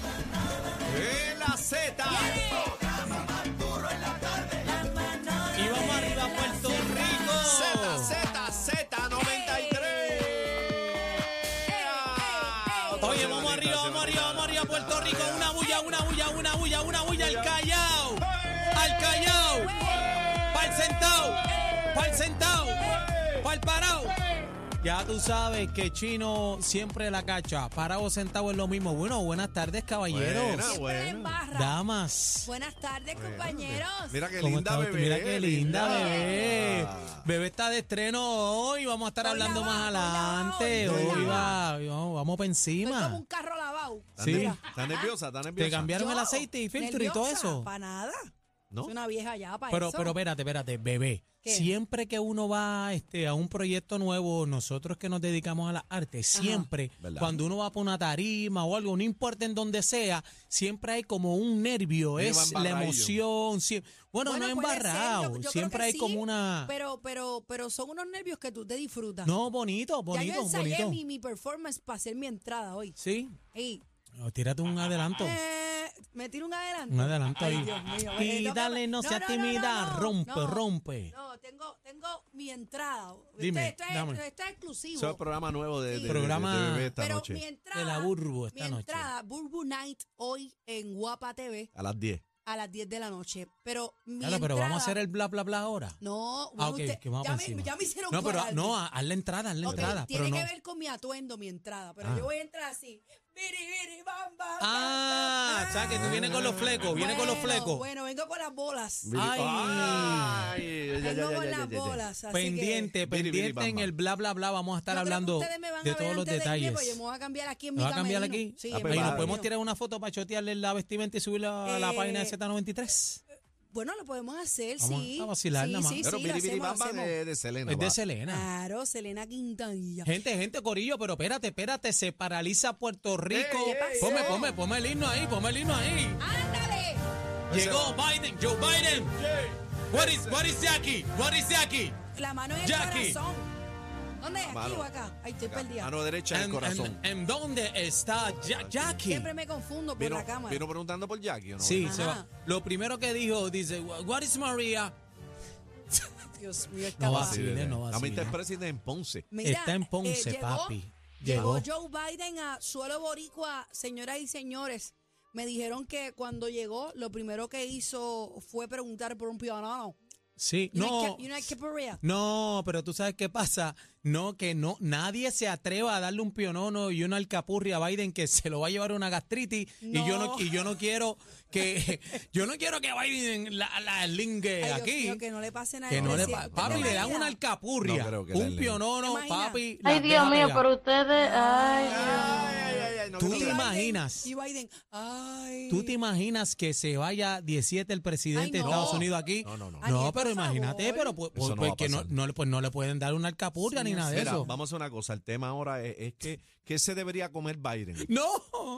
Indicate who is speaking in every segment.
Speaker 1: ¡Eh, la Z! Y vamos arriba a Puerto Rico. Z, Z, Z, 93. Oye, vamos arriba, vamos arriba, vamos arriba a Puerto Rico. Una bulla, una bulla, una bulla, una bulla. Al Callao. Al Callao. Pa'l sentao. Pa'l sentao. Pa'l parao. Ya tú sabes que Chino siempre la cacha. Parado o sentado es lo mismo. Bueno, buenas tardes, caballeros.
Speaker 2: Buena,
Speaker 3: Siempre en
Speaker 2: buena.
Speaker 3: barra.
Speaker 1: Damas.
Speaker 3: Buenas tardes, compañeros.
Speaker 2: Mira qué
Speaker 1: ¿Cómo
Speaker 2: linda
Speaker 1: está usted?
Speaker 2: bebé.
Speaker 1: Mira qué linda, bebé.
Speaker 2: Ah.
Speaker 1: Bebé está de estreno hoy. Vamos a estar
Speaker 3: Hoy
Speaker 1: hablando
Speaker 3: la
Speaker 1: más
Speaker 3: va,
Speaker 1: adelante.
Speaker 3: hoy la va,
Speaker 1: Hoy
Speaker 3: hoy la
Speaker 1: va, vamos, vamos para
Speaker 3: Estoy como
Speaker 1: encima.
Speaker 3: un carro lavado.
Speaker 2: ¿Estás
Speaker 1: Sí.
Speaker 2: nervi- ¿Estás nerviosa? ¿Estás nerviosa?
Speaker 1: Te cambiaron el
Speaker 3: Yo,
Speaker 1: aceite y filtro y todo
Speaker 3: nerviosa,
Speaker 1: eso.
Speaker 3: Para nada.
Speaker 2: ¿No?
Speaker 3: Soy una vieja ya para
Speaker 1: Pero,
Speaker 3: eso.
Speaker 1: pero espérate, espérate, bebé.
Speaker 3: ¿Qué?
Speaker 1: Siempre que uno va este, a un proyecto nuevo, nosotros que nos dedicamos a las artes, siempre,
Speaker 2: ¿Verdad?
Speaker 1: cuando uno va para una tarima o algo, no importa en donde sea, siempre hay como un nervio,
Speaker 2: Mira, va
Speaker 1: es la
Speaker 2: embarradillo.
Speaker 1: emoción. sie- bueno,
Speaker 3: Bueno,
Speaker 1: no
Speaker 3: puede ser,
Speaker 1: embarrado,
Speaker 3: yo- yo creo
Speaker 1: siempre
Speaker 3: que
Speaker 1: hay
Speaker 3: sí,
Speaker 1: como una...
Speaker 3: Pero, pero, pero son unos nervios que tú te disfrutas.
Speaker 1: No, bonito,
Speaker 3: ya yo
Speaker 1: bonito,
Speaker 3: ensayé
Speaker 1: bonito.
Speaker 3: Mi, mi performance para hacer mi entrada hoy.
Speaker 1: Sí.
Speaker 3: Ey,
Speaker 1: No, tírate un adelanto.
Speaker 3: Ah, eh, me tiro un adelanto.
Speaker 1: Oh. Un adelanto
Speaker 3: Ay,
Speaker 1: ahí.
Speaker 3: Dios mío.
Speaker 1: Y
Speaker 3: Eh,
Speaker 1: dale, no seas tímida,
Speaker 3: no,
Speaker 1: rompe,
Speaker 3: no.
Speaker 1: rompe.
Speaker 3: No, tengo, tengo mi entrada.
Speaker 1: Dime,
Speaker 3: esto, es-
Speaker 1: dame.
Speaker 3: esto es exclusivo.
Speaker 2: Eso es el programa nuevo de, de-
Speaker 3: Sí.
Speaker 2: de-
Speaker 1: Programa-
Speaker 2: de bebé esta
Speaker 3: Pero
Speaker 2: noche.
Speaker 3: mi entrada,
Speaker 1: De la Burbu esta
Speaker 3: mi
Speaker 1: noche.
Speaker 3: entrada, Burbu Night hoy en Guapa TV
Speaker 2: A las 10.
Speaker 3: a las 10 de la noche. Pero mi
Speaker 1: Claro, pero vamos a hacer
Speaker 3: entrada-
Speaker 1: el bla, bla, bla ahora.
Speaker 3: No,
Speaker 1: Ah,
Speaker 3: bueno,
Speaker 1: ok,
Speaker 3: usted-
Speaker 1: que vamos
Speaker 3: ya,
Speaker 1: para
Speaker 3: me,
Speaker 1: encima.
Speaker 3: ya me hicieron
Speaker 1: No, pero
Speaker 3: parar.
Speaker 1: no, ha- haz la entrada, haz la
Speaker 3: Ok,
Speaker 1: entrada.
Speaker 3: Tiene
Speaker 1: Pero no.
Speaker 3: que ver con mi atuendo, mi entrada. Pero
Speaker 1: Ah.
Speaker 3: yo voy a entrar así. Biri, biri, bam, bam,
Speaker 1: Ah, o
Speaker 3: ta, ta,
Speaker 1: sea, que tú
Speaker 3: ta.
Speaker 1: vienes con los flecos, vienes con los
Speaker 3: Bueno,
Speaker 1: flecos.
Speaker 3: Bueno, vengo con las bolas.
Speaker 1: Biri- Ay.
Speaker 2: Ay, ya, ya,
Speaker 3: Vengo
Speaker 2: ya,
Speaker 3: con
Speaker 2: ya,
Speaker 3: las
Speaker 2: ya, ya.
Speaker 3: bolas. así que-
Speaker 1: pendiente,
Speaker 2: Biri, biri,
Speaker 1: pendiente
Speaker 2: bam,
Speaker 1: en
Speaker 2: bam.
Speaker 1: el bla, bla, bla. Vamos a estar
Speaker 3: Yo creo que
Speaker 1: hablando
Speaker 3: ustedes me van a
Speaker 1: de
Speaker 3: ver
Speaker 1: todos los
Speaker 3: antes del
Speaker 1: detalles.
Speaker 3: tiempo, yo me voy a cambiar aquí en mi
Speaker 1: ¿Me va a cambiar
Speaker 3: camerino.
Speaker 1: aquí?
Speaker 3: Sí, en
Speaker 2: Ah,
Speaker 3: mi
Speaker 2: pues
Speaker 1: Ahí nos
Speaker 2: vale.
Speaker 1: podemos
Speaker 3: camerino.
Speaker 1: tirar una foto para chotearle la vestimenta y subirla a la
Speaker 3: Eh,
Speaker 1: página de Z93.
Speaker 3: Bueno, lo podemos hacer,
Speaker 1: Vamos
Speaker 3: sí.
Speaker 1: a vacilar
Speaker 3: sí,
Speaker 1: nada más.
Speaker 3: Sí,
Speaker 2: Pero
Speaker 3: sí, lo
Speaker 2: Biri Biri
Speaker 3: hacemos, lo
Speaker 2: Bamba eh.
Speaker 3: hacemos.
Speaker 2: de, de Selena.
Speaker 1: Es de
Speaker 2: va.
Speaker 1: Selena.
Speaker 3: Claro, Selena Quintanilla.
Speaker 1: Gente, gente, Corillo, pero espérate, espérate, se paraliza Puerto Rico.
Speaker 2: ¿qué
Speaker 3: pasó?
Speaker 1: Ponme, ponme, ponme el himno ahí, ponme el himno ahí.
Speaker 3: ¡Ándale!
Speaker 1: Llegó Biden, Joe Biden. What is, what is Jackie? What is Jackie?
Speaker 3: La mano en el
Speaker 1: Jackie.
Speaker 3: corazón. ¿Dónde? ¿Aquí
Speaker 2: Mano.
Speaker 3: o acá? Ahí estoy perdida.
Speaker 2: Mano derecha en el
Speaker 1: And-
Speaker 2: corazón.
Speaker 1: and- and dónde está Ja- Jackie?
Speaker 3: Siempre me confundo por
Speaker 2: Vino,
Speaker 3: la cámara.
Speaker 2: vino preguntando por Jackie, ¿o no?
Speaker 1: Sí,
Speaker 3: Ajá.
Speaker 1: se va. Lo primero que dijo, dice, what is Maria?
Speaker 3: Dios mío, esta
Speaker 1: No
Speaker 3: va.
Speaker 2: Sí, de-
Speaker 1: vacile, no
Speaker 2: La mitad
Speaker 1: vacile.
Speaker 2: presidente en Ponce.
Speaker 3: Mira,
Speaker 1: Está en Ponce,
Speaker 3: eh, llegó-
Speaker 1: papi.
Speaker 3: Llegó.
Speaker 1: Llegó.
Speaker 3: Joe Biden a suelo boricua, señoras y señores. Me dijeron que cuando llegó, lo primero que hizo fue preguntar por un piano.
Speaker 1: Sí, no.
Speaker 3: United Caporia.
Speaker 1: No, pero tú sabes qué pasa. No, que no, nadie se atreva a darle un pionono y una alcapurria a Biden que se lo va a llevar una gastritis. Y yo no,
Speaker 3: No.
Speaker 1: y yo no quiero que, yo no quiero que Biden la, la lingue
Speaker 3: Ay, Dios
Speaker 1: aquí.
Speaker 3: mío, que no le pase nada.
Speaker 1: que no le
Speaker 3: Decía,
Speaker 1: pa-
Speaker 3: ¿te
Speaker 1: papi le dan
Speaker 3: imaginas?
Speaker 1: una alcapurria,
Speaker 2: No creo que la
Speaker 1: un
Speaker 2: lingue.
Speaker 1: pionono,
Speaker 3: ¿Te imaginas?
Speaker 1: papi.
Speaker 4: Ay,
Speaker 1: las
Speaker 4: Dios
Speaker 1: deja
Speaker 4: mío,
Speaker 1: pegar.
Speaker 4: pero ustedes. Ay,
Speaker 2: Ay,
Speaker 4: Dios.
Speaker 2: ay, ay, no creo
Speaker 1: Tú
Speaker 2: que no-
Speaker 1: te
Speaker 3: Biden,
Speaker 1: imaginas.
Speaker 3: Y Biden, ay.
Speaker 1: ¿Tú te imaginas que se vaya 17 el presidente
Speaker 3: Ay,
Speaker 1: de
Speaker 3: no.
Speaker 1: Estados Unidos aquí?
Speaker 2: No, no, no.
Speaker 3: Ay, por
Speaker 1: pero imagínate,
Speaker 3: favor.
Speaker 1: pero pues,
Speaker 2: Eso no va a
Speaker 1: porque no,
Speaker 2: pasar.
Speaker 1: no le- pues no le pueden dar una alcapurria ni nada de
Speaker 2: Mira,
Speaker 1: eso.
Speaker 2: vamos a una cosa. El tema ahora es, es que ¿qué se debería comer Biden?
Speaker 1: No,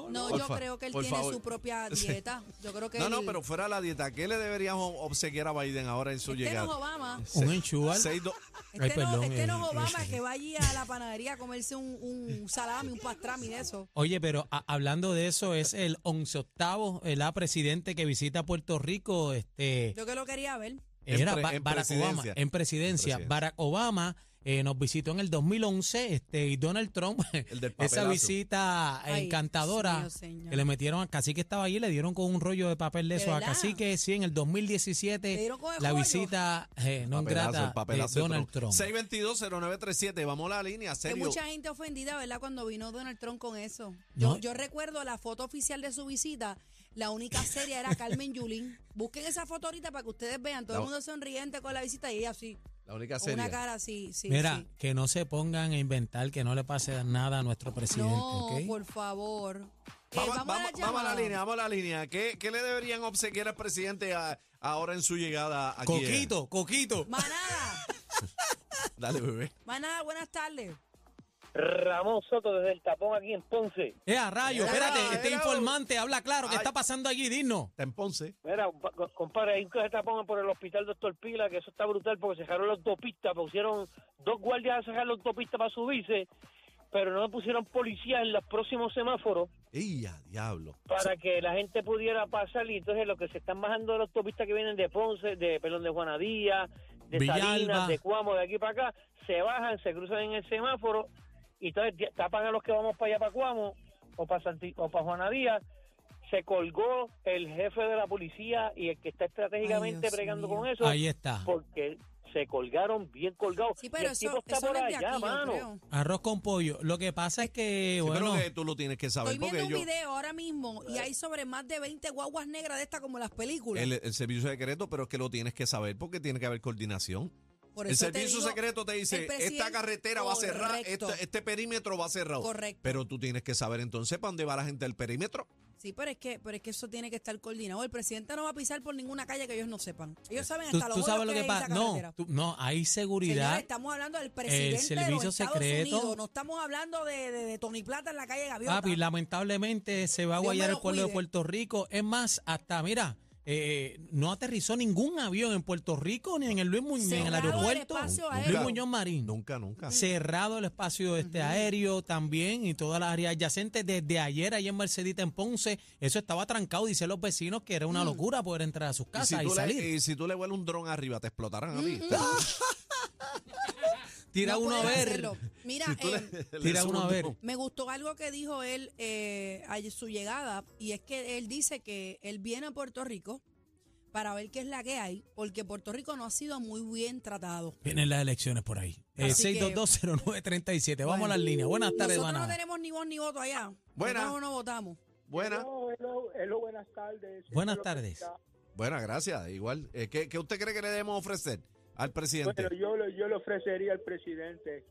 Speaker 3: No,
Speaker 2: Por
Speaker 3: yo
Speaker 2: fa-
Speaker 3: creo que él
Speaker 2: por
Speaker 3: tiene
Speaker 2: favor.
Speaker 3: su propia
Speaker 2: Sí.
Speaker 3: dieta. Yo creo que
Speaker 2: No, no,
Speaker 3: él-
Speaker 2: pero fuera de la dieta, ¿qué le deberíamos obsequiar a Biden ahora en su
Speaker 3: este no es
Speaker 2: llegada?
Speaker 3: Obama.
Speaker 1: Un enchúbal.
Speaker 2: Seis do-
Speaker 3: Este,
Speaker 1: Ay,
Speaker 3: no,
Speaker 1: perdón,
Speaker 3: este no
Speaker 1: eh,
Speaker 3: es Obama
Speaker 1: eh,
Speaker 3: que va allí a la panadería a comerse un, un salami, un pastrami de eso.
Speaker 1: Oye, pero a- hablando de eso, es el onceoctavo, el A presidente que visita Puerto Rico, este,
Speaker 3: Yo que lo quería ver.
Speaker 2: En
Speaker 1: era
Speaker 2: pre-
Speaker 1: Ba-
Speaker 2: en
Speaker 1: Barack Obama,
Speaker 2: presidencia.
Speaker 1: en presidencia.
Speaker 2: Presidencia.
Speaker 1: Barack Obama eh, nos visitó en el 2011, este, y Donald Trump,
Speaker 2: del
Speaker 1: esa
Speaker 2: papelazo.
Speaker 1: visita eh,
Speaker 3: Ay,
Speaker 1: encantadora,
Speaker 3: Dios mío, señor.
Speaker 1: que le metieron a Cacique estaba allí, le dieron con un rollo de papel de
Speaker 3: ¿De
Speaker 1: eso a
Speaker 3: verdad?
Speaker 1: Cacique, sí, en el
Speaker 3: ¿Le
Speaker 1: 2017,
Speaker 3: dieron con el
Speaker 1: la
Speaker 3: rollo?
Speaker 1: visita eh, no
Speaker 2: papelazo,
Speaker 1: grata
Speaker 2: el
Speaker 1: de
Speaker 2: papelazo de
Speaker 1: Donald Trump.
Speaker 2: 622-0937, vamos a la línea,
Speaker 3: Hay
Speaker 2: serio.
Speaker 3: mucha gente ofendida, ¿verdad? Cuando vino Donald Trump con eso. Yo,
Speaker 1: No.
Speaker 3: yo recuerdo la foto oficial de su visita. La única seria era Carmen Yulín. Busquen esa foto ahorita para que ustedes vean. Todo
Speaker 2: No.
Speaker 3: el mundo sonriente con la visita y ella así.
Speaker 2: La única
Speaker 3: Con
Speaker 2: serie.
Speaker 3: una cara así, sí.
Speaker 1: Mira,
Speaker 3: sí.
Speaker 1: que no se pongan a inventar, que no le pase nada a nuestro presidente,
Speaker 3: No,
Speaker 1: ¿ok?
Speaker 3: por favor. Eh,
Speaker 2: Vamos,
Speaker 3: vamos, a
Speaker 2: vamos-
Speaker 3: la
Speaker 2: vamos a la
Speaker 3: llamada.
Speaker 2: línea, vamos a la línea. ¿Qué, qué le deberían obsequiar al presidente a- ahora en su llegada aquí?
Speaker 1: Coquito, Coquito.
Speaker 3: Manada,
Speaker 2: Dale, bebé.
Speaker 3: manada, buenas tardes.
Speaker 4: Ramón Soto desde el tapón aquí en Ponce.
Speaker 1: Eh, a rayo,
Speaker 2: Era,
Speaker 1: espérate,
Speaker 2: era.
Speaker 1: este informante, habla claro, ¿qué
Speaker 2: Ay.
Speaker 1: está pasando allí? Dinos.
Speaker 2: Está en Ponce.
Speaker 4: Mira, compa- compadre, hay un que se tapan por el hospital Doctor Pila, que eso está brutal porque se dejaron la autopista, pusieron dos guardias a cerrar la autopista para subirse, pero no pusieron policías en los próximos semáforos
Speaker 2: ¡Ey, a diablo!
Speaker 4: para que la gente pudiera pasar y entonces los que se están bajando de la autopista que vienen de Ponce, de perdón, de Juanadía, de
Speaker 1: Villalba.
Speaker 4: Salinas, de Cuamo, de aquí para acá, se bajan, se cruzan en el semáforo y entonces ya- tapan a los que vamos para allá para Cuamo o para Santi- o para Juanadía. Se colgó el jefe de la policía y el que está estratégicamente
Speaker 3: Dios
Speaker 4: bregando
Speaker 3: mío.
Speaker 4: con eso
Speaker 1: Ahí está.
Speaker 4: porque se colgaron bien colgados.
Speaker 3: Sí,
Speaker 4: y
Speaker 3: pero
Speaker 4: el tipo
Speaker 3: eso,
Speaker 4: está
Speaker 3: eso
Speaker 4: por
Speaker 3: no es de
Speaker 4: allá,
Speaker 3: aquí, yo
Speaker 4: mano.
Speaker 3: creo.
Speaker 1: Arroz con pollo. Lo que pasa es que,
Speaker 2: Sí,
Speaker 1: bueno,
Speaker 2: pero que tú lo tienes que saber.
Speaker 3: Estoy viendo
Speaker 2: porque
Speaker 3: un
Speaker 2: yo,
Speaker 3: video ahora mismo y hay sobre más de 20 guaguas negras de estas como las películas.
Speaker 2: el, el servicio secreto, pero es que lo tienes que saber porque tiene que haber coordinación.
Speaker 3: Por
Speaker 2: El
Speaker 3: eso te
Speaker 2: servicio
Speaker 3: digo,
Speaker 2: secreto te
Speaker 3: el
Speaker 2: dice,
Speaker 3: presidente-
Speaker 2: esta carretera va a cerrar,
Speaker 3: Correcto.
Speaker 2: este, este perímetro va a cerrar.
Speaker 3: Correcto.
Speaker 2: Pero tú tienes que saber entonces para dónde va la gente del perímetro.
Speaker 3: Sí, pero es que, pero es que eso tiene que estar coordinado. El presidente no va a pisar por ninguna calle que ellos no sepan. Ellos saben
Speaker 1: tú,
Speaker 3: hasta los
Speaker 1: tú
Speaker 3: hoyos
Speaker 1: sabes lo que
Speaker 3: hay en
Speaker 1: pasa.
Speaker 3: esa
Speaker 1: No,
Speaker 3: carretera.
Speaker 1: tú- no, hay
Speaker 3: Señores,
Speaker 1: seguridad.
Speaker 3: estamos hablando del presidente de
Speaker 1: servicio
Speaker 3: los Estados
Speaker 1: secreto.
Speaker 3: Unidos. No estamos hablando de, de, de Tony Plata en la calle Gaviota.
Speaker 1: Papi, lamentablemente se va a
Speaker 3: Dios
Speaker 1: guayar
Speaker 3: me
Speaker 1: el
Speaker 3: lo
Speaker 1: pueblo de
Speaker 3: cuide.
Speaker 1: Puerto Rico. Es más, hasta, mira, eh, no aterrizó ningún avión en Puerto Rico ni en el Luis Muñoz, en el
Speaker 3: Cerrado el
Speaker 1: aeropuerto.
Speaker 3: espacio
Speaker 1: Luis
Speaker 3: aéreo. Mm.
Speaker 1: Muñoz Marín.
Speaker 2: Nunca, nunca.
Speaker 1: cerrado el espacio este aéreo también y todas las áreas adyacentes. Desde ayer, ahí en Mercedita, en Ponce, eso estaba trancado. Dicen los vecinos que era
Speaker 3: Mm.
Speaker 1: una locura poder entrar a sus
Speaker 2: Y si,
Speaker 1: casas y,
Speaker 2: tú le,
Speaker 1: salir.
Speaker 2: y si tú le vuelas un dron arriba, te explotarán a ti.
Speaker 3: Mm-hmm.
Speaker 1: tira
Speaker 3: No
Speaker 1: uno a
Speaker 3: pueden
Speaker 1: ver.
Speaker 3: hacerlo. Mira,
Speaker 2: Si tú le-
Speaker 3: eh,
Speaker 2: le
Speaker 1: Tira
Speaker 2: subes
Speaker 1: uno a
Speaker 2: un
Speaker 1: ver.
Speaker 2: dron.
Speaker 3: Me gustó algo que dijo él eh, a su llegada, y es que él dice que él viene a Puerto Rico para ver qué es la que hay, porque Puerto Rico no ha sido muy bien tratado.
Speaker 1: Vienen las elecciones por ahí. Eh,
Speaker 3: Así que-
Speaker 1: 6220937. Vamos a las líneas. Buenas tardes,
Speaker 3: Nosotros no
Speaker 1: Banana.
Speaker 3: tenemos ni voz ni voto allá.
Speaker 2: Buena.
Speaker 3: Nosotros no votamos.
Speaker 2: Buena,
Speaker 5: Hello, hello, hello, buenas tardes.
Speaker 1: Buenas
Speaker 5: Espero que
Speaker 1: tardes.
Speaker 5: está-
Speaker 2: buena, gracias. Igual, eh, ¿qué, qué usted cree que le debemos ofrecer al presidente?
Speaker 5: Bueno, yo, le- yo le ofrecería al presidente,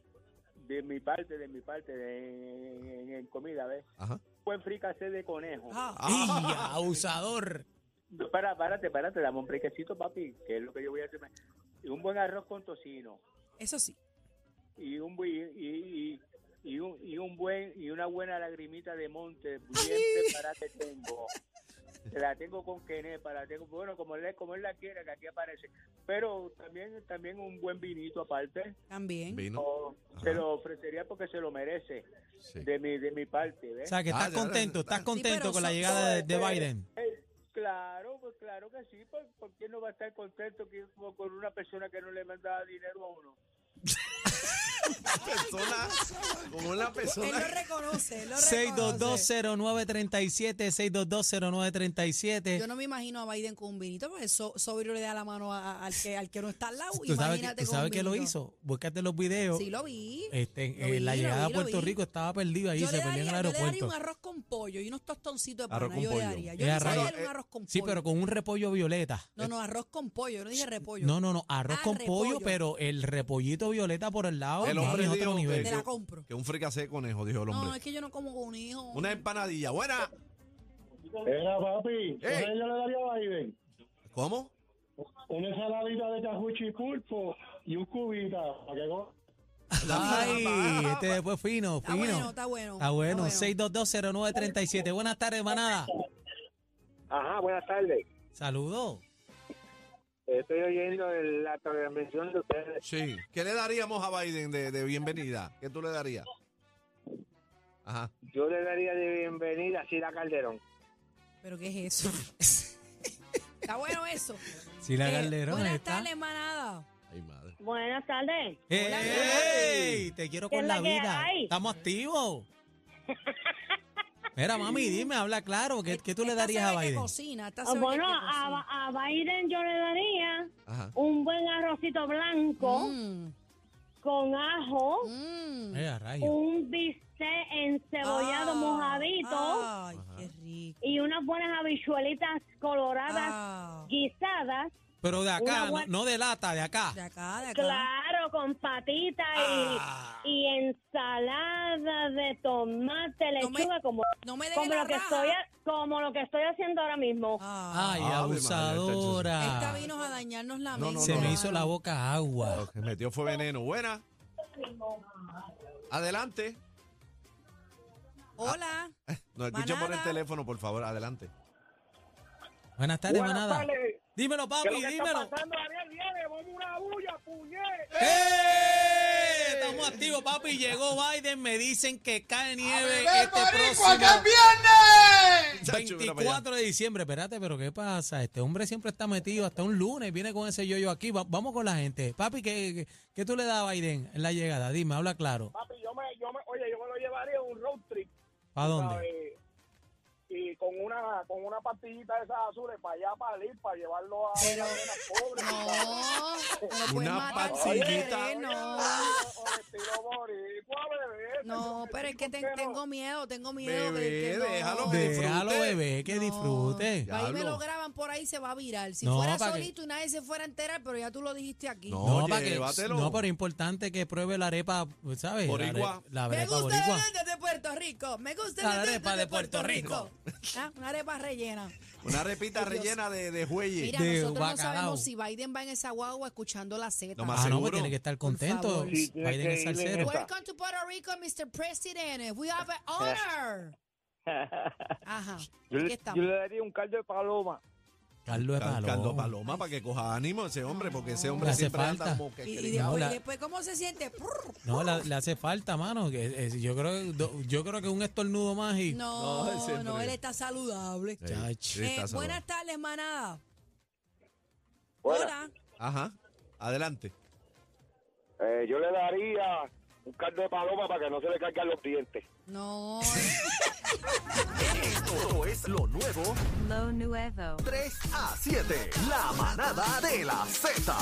Speaker 5: de mi parte, de mi parte, de- en, en- en comida, ¿ves?
Speaker 2: Ajá.
Speaker 5: Buen fricacé de conejo.
Speaker 3: Ah,
Speaker 1: ¡Ey, abusador!
Speaker 5: No, Para, párate, párate, dame un brequecito, papi, que es lo que yo voy a hacer. Y un buen arroz con tocino.
Speaker 3: eso sí.
Speaker 5: Y un, bu- y, y, y un, y un buen, y una buena lagrimita de monte, bien preparada que tengo. La tengo con quenepa, la tengo, bueno, como él, como él la quiera, que aquí aparece. Pero también, también un buen vinito aparte.
Speaker 3: También.
Speaker 2: Vino.
Speaker 5: Oh,
Speaker 2: Ajá.
Speaker 5: se lo ofrecería porque se lo merece
Speaker 2: Sí.
Speaker 5: de mi de mi parte
Speaker 1: O
Speaker 5: ¿ves?
Speaker 1: sea, que estás
Speaker 2: Ah, ya,
Speaker 1: contento,
Speaker 2: ya.
Speaker 1: estás
Speaker 2: Sí,
Speaker 1: contento
Speaker 3: pero
Speaker 1: con la
Speaker 3: son-
Speaker 1: llegada de, de
Speaker 5: Eh,
Speaker 1: Biden.
Speaker 5: eh, claro pues claro que sí ¿por, por qué no va a estar contento que- con con una persona que no le manda dinero a uno
Speaker 2: persona, como una
Speaker 3: Él lo
Speaker 2: persona.
Speaker 3: reconoce, él lo reconoce.
Speaker 1: 6220937, 6220937.
Speaker 3: Yo no me imagino a Biden con un vinito, porque so- sobrio le da la mano a- a- al, que, al que no está al lado.
Speaker 1: ¿Tú sabes, que,
Speaker 3: Imagínate
Speaker 1: tú
Speaker 3: con un
Speaker 1: sabes que lo
Speaker 3: vinito.
Speaker 1: hizo? Búscate los videos.
Speaker 3: Sí, lo vi.
Speaker 1: Este,
Speaker 3: Lo
Speaker 1: eh,
Speaker 3: vi,
Speaker 1: la
Speaker 3: lo
Speaker 1: llegada
Speaker 3: vi,
Speaker 1: a
Speaker 3: lo
Speaker 1: Puerto
Speaker 3: vi.
Speaker 1: Rico estaba perdida ahí,
Speaker 3: yo
Speaker 1: se
Speaker 3: le
Speaker 1: perdió en el
Speaker 3: daría- yo le daría
Speaker 1: aeropuerto.
Speaker 3: un arroz con con pollo y unos tostoncitos de
Speaker 2: Arroz
Speaker 3: pana,
Speaker 2: con
Speaker 3: yo le
Speaker 2: pollo.
Speaker 3: daría. Yo
Speaker 1: Eh,
Speaker 3: le
Speaker 1: arroz-
Speaker 3: daría un
Speaker 2: eh,
Speaker 3: arroz con
Speaker 1: Sí,
Speaker 3: pollo.
Speaker 1: pero con un repollo violeta.
Speaker 3: No, no, arroz con pollo, yo no dije repollo.
Speaker 1: No, no, no, arroz
Speaker 3: Ah,
Speaker 1: con pollo,
Speaker 3: repollo.
Speaker 1: pero el repollito violeta por el lado
Speaker 2: El
Speaker 1: mami,
Speaker 2: hombre
Speaker 1: es
Speaker 2: dijo
Speaker 1: otro
Speaker 2: que-
Speaker 1: nivel.
Speaker 3: Te la compro.
Speaker 2: Que un fricasé de conejo, dijo el
Speaker 3: No,
Speaker 2: hombre.
Speaker 3: no, es que yo no como con hijo.
Speaker 2: Una empanadilla, buena.
Speaker 6: Era papi, ¿por
Speaker 2: Ey.
Speaker 6: ahí yo le daría a Biden
Speaker 2: ¿Cómo?
Speaker 6: una ensaladita de cajuchi y pulpo y un cubita para que go-
Speaker 1: Ay, este después fino,
Speaker 3: Está
Speaker 1: fino.
Speaker 3: bueno, está bueno.
Speaker 1: Está Ah, bueno, 6220937. Buenas tardes, manada.
Speaker 5: Ajá, buenas tardes.
Speaker 1: Saludos.
Speaker 5: Estoy oyendo el- la transmisión de ustedes.
Speaker 2: Sí. ¿Qué le daríamos a Biden de, de bienvenida? ¿Qué tú le darías? Ajá.
Speaker 5: Yo le daría de bienvenida a Sila Calderón.
Speaker 3: Pero ¿qué es eso? está bueno eso.
Speaker 1: Si la
Speaker 3: Eh,
Speaker 1: Calderón
Speaker 3: buenas
Speaker 1: está.
Speaker 3: tardes, manada.
Speaker 2: Ay, madre.
Speaker 7: Buenas tardes.
Speaker 1: ¡Ey!
Speaker 3: Hola,
Speaker 1: eh, Te quiero
Speaker 7: ¿Qué
Speaker 1: con
Speaker 7: es
Speaker 1: la
Speaker 7: la que
Speaker 1: vida.
Speaker 7: hay?
Speaker 1: Estamos activos. Mira, mami, dime, habla claro. ¿Qué, qué tú le
Speaker 3: Esta
Speaker 1: darías
Speaker 3: se
Speaker 1: a
Speaker 3: ve que
Speaker 1: Biden?
Speaker 3: Cocina, esta se
Speaker 7: Ah,
Speaker 3: ve
Speaker 7: Bueno,
Speaker 3: que
Speaker 7: a, a Biden yo le daría
Speaker 2: Ajá.
Speaker 7: un buen arrocito blanco
Speaker 3: cocina.
Speaker 7: con ajo,
Speaker 3: Mm, mm.
Speaker 1: Eh, a rayos.
Speaker 7: un bistec encebollado
Speaker 3: Ah,
Speaker 7: mojadito
Speaker 3: Ay, qué rico.
Speaker 7: y unas buenas habichuelitas coloradas
Speaker 3: Ah,
Speaker 7: guisadas.
Speaker 1: Pero de acá,
Speaker 7: una
Speaker 1: no,
Speaker 7: buena-
Speaker 1: no de lata, de acá.
Speaker 3: de acá, de acá.
Speaker 7: Claro, con patita y,
Speaker 3: Ah.
Speaker 7: y ensalada de tomate,
Speaker 3: No me-
Speaker 7: lechuga, como,
Speaker 3: No me dejes
Speaker 7: como,
Speaker 3: la
Speaker 7: lo que
Speaker 3: raja.
Speaker 7: estoy, ha- como lo que estoy haciendo ahora mismo.
Speaker 3: Ah,
Speaker 1: Ay,
Speaker 2: Ave María,
Speaker 3: esta
Speaker 1: abusadora.
Speaker 3: vino a dañarnos la
Speaker 2: No,
Speaker 3: mesa.
Speaker 2: no,
Speaker 1: Se me hizo la boca agua.
Speaker 2: Lo que metió fue veneno. Buena. Adelante.
Speaker 3: Hola.
Speaker 2: Nos escucha por el
Speaker 3: Manada.
Speaker 2: teléfono, por favor. Adelante.
Speaker 1: Buenas tardes,
Speaker 5: Buenas
Speaker 1: manada.
Speaker 5: tardes.
Speaker 1: Dímelo, papi, dímelo.
Speaker 5: pasando, Ariel? Viene, vamos una bulla, puñet.
Speaker 1: ¡Eh! Estamos activos, papi. Llegó Biden, me dicen que cae nieve este próximo
Speaker 2: Chacho, mira para allá.
Speaker 1: 24 de diciembre. Espérate, pero ¿qué pasa? Este hombre siempre está metido hasta un lunes. Viene con ese yo-yo aquí. Va- vamos con la gente. Papi, ¿qué, qué, qué tú le das a Biden en la llegada? Dime, habla claro.
Speaker 5: Papi, yo me, yo me, oye, yo me lo llevaría a un road trip.
Speaker 1: ¿Para dónde?
Speaker 5: ¿sabes? Y con una, con una pastillita de esas azules para allá, para Lid, para llevarlo a una nena pobre. ¿sabes?
Speaker 3: No, no puedes
Speaker 2: Una
Speaker 3: matar,
Speaker 2: pancillita.
Speaker 3: bebé, No,
Speaker 5: O de estilo boricua, bebé.
Speaker 3: no, pero es que te-
Speaker 5: ¿Por qué no?
Speaker 3: tengo miedo, tengo miedo. de
Speaker 2: Bebé,
Speaker 3: que no.
Speaker 2: déjalo que
Speaker 1: Déjalo,
Speaker 2: disfrute.
Speaker 1: bebé, que
Speaker 3: No.
Speaker 1: disfrute.
Speaker 2: Ya.
Speaker 3: Ahí me
Speaker 2: Diablo.
Speaker 3: lo graban por ahí, se va a virar. Si
Speaker 1: No,
Speaker 3: fuera
Speaker 1: pa' que-
Speaker 3: solito y nadie se fuera a enterar, pero ya tú lo dijiste aquí.
Speaker 2: No,
Speaker 1: No,
Speaker 2: Oye,
Speaker 1: pa' que-
Speaker 2: llévatelo.
Speaker 1: no, pero es importante que pruebe la arepa, ¿sabes? La are-
Speaker 2: Boricua.
Speaker 1: La,
Speaker 3: Me
Speaker 1: arepa
Speaker 3: gusta
Speaker 1: boricua.
Speaker 3: la arepa de Puerto Rico. Me gusta
Speaker 1: La arepa de Puerto
Speaker 3: Ah, Una arepa rellena.
Speaker 2: Una repita rellena de, de jueyes.
Speaker 3: Mira,
Speaker 1: De
Speaker 3: nosotros no
Speaker 1: bacalao.
Speaker 3: sabemos si Biden va en esa guagua escuchando la Z.
Speaker 2: No más
Speaker 1: Ah, no,
Speaker 2: seguro.
Speaker 1: pues tiene que estar
Speaker 3: Por
Speaker 1: contento.
Speaker 3: favor.
Speaker 5: Sí, tiene
Speaker 1: Biden
Speaker 5: que
Speaker 1: es
Speaker 5: ir en
Speaker 1: salsero.
Speaker 5: esa.
Speaker 3: Welcome to Puerto Rico, Mr. President. We have an honor. Ajá.
Speaker 5: Yo
Speaker 3: Aquí
Speaker 5: le, yo
Speaker 3: estamos.
Speaker 5: le daría un caldo de paloma.
Speaker 1: Carlos de
Speaker 2: Cal-
Speaker 1: Paloma.
Speaker 2: Caldo Paloma para que coja ánimo ese hombre, porque ese hombre
Speaker 1: Hace
Speaker 2: siempre
Speaker 1: falta.
Speaker 2: anda como que
Speaker 3: Y, y
Speaker 2: criado.
Speaker 3: después,
Speaker 1: la-
Speaker 3: después, ¿cómo se siente? Prr.
Speaker 1: No, la- le hace falta, mano. que- es- yo creo do- yo creo que un estornudo más y...
Speaker 2: No,
Speaker 3: No,
Speaker 2: ese
Speaker 3: no,
Speaker 2: hombre.
Speaker 3: él está saludable.
Speaker 2: Sí,
Speaker 1: Chacho.
Speaker 2: sí,
Speaker 3: Eh,
Speaker 2: está sabroso.
Speaker 3: buenas tardes, manada.
Speaker 5: Buenas.
Speaker 3: Hola.
Speaker 2: Ajá, adelante.
Speaker 5: Eh, yo le daría un caldo de paloma para que no se le caigan los dientes.
Speaker 3: No.
Speaker 8: Todo es lo nuevo. Lo nuevo. 3 a 7. La manada de la Z.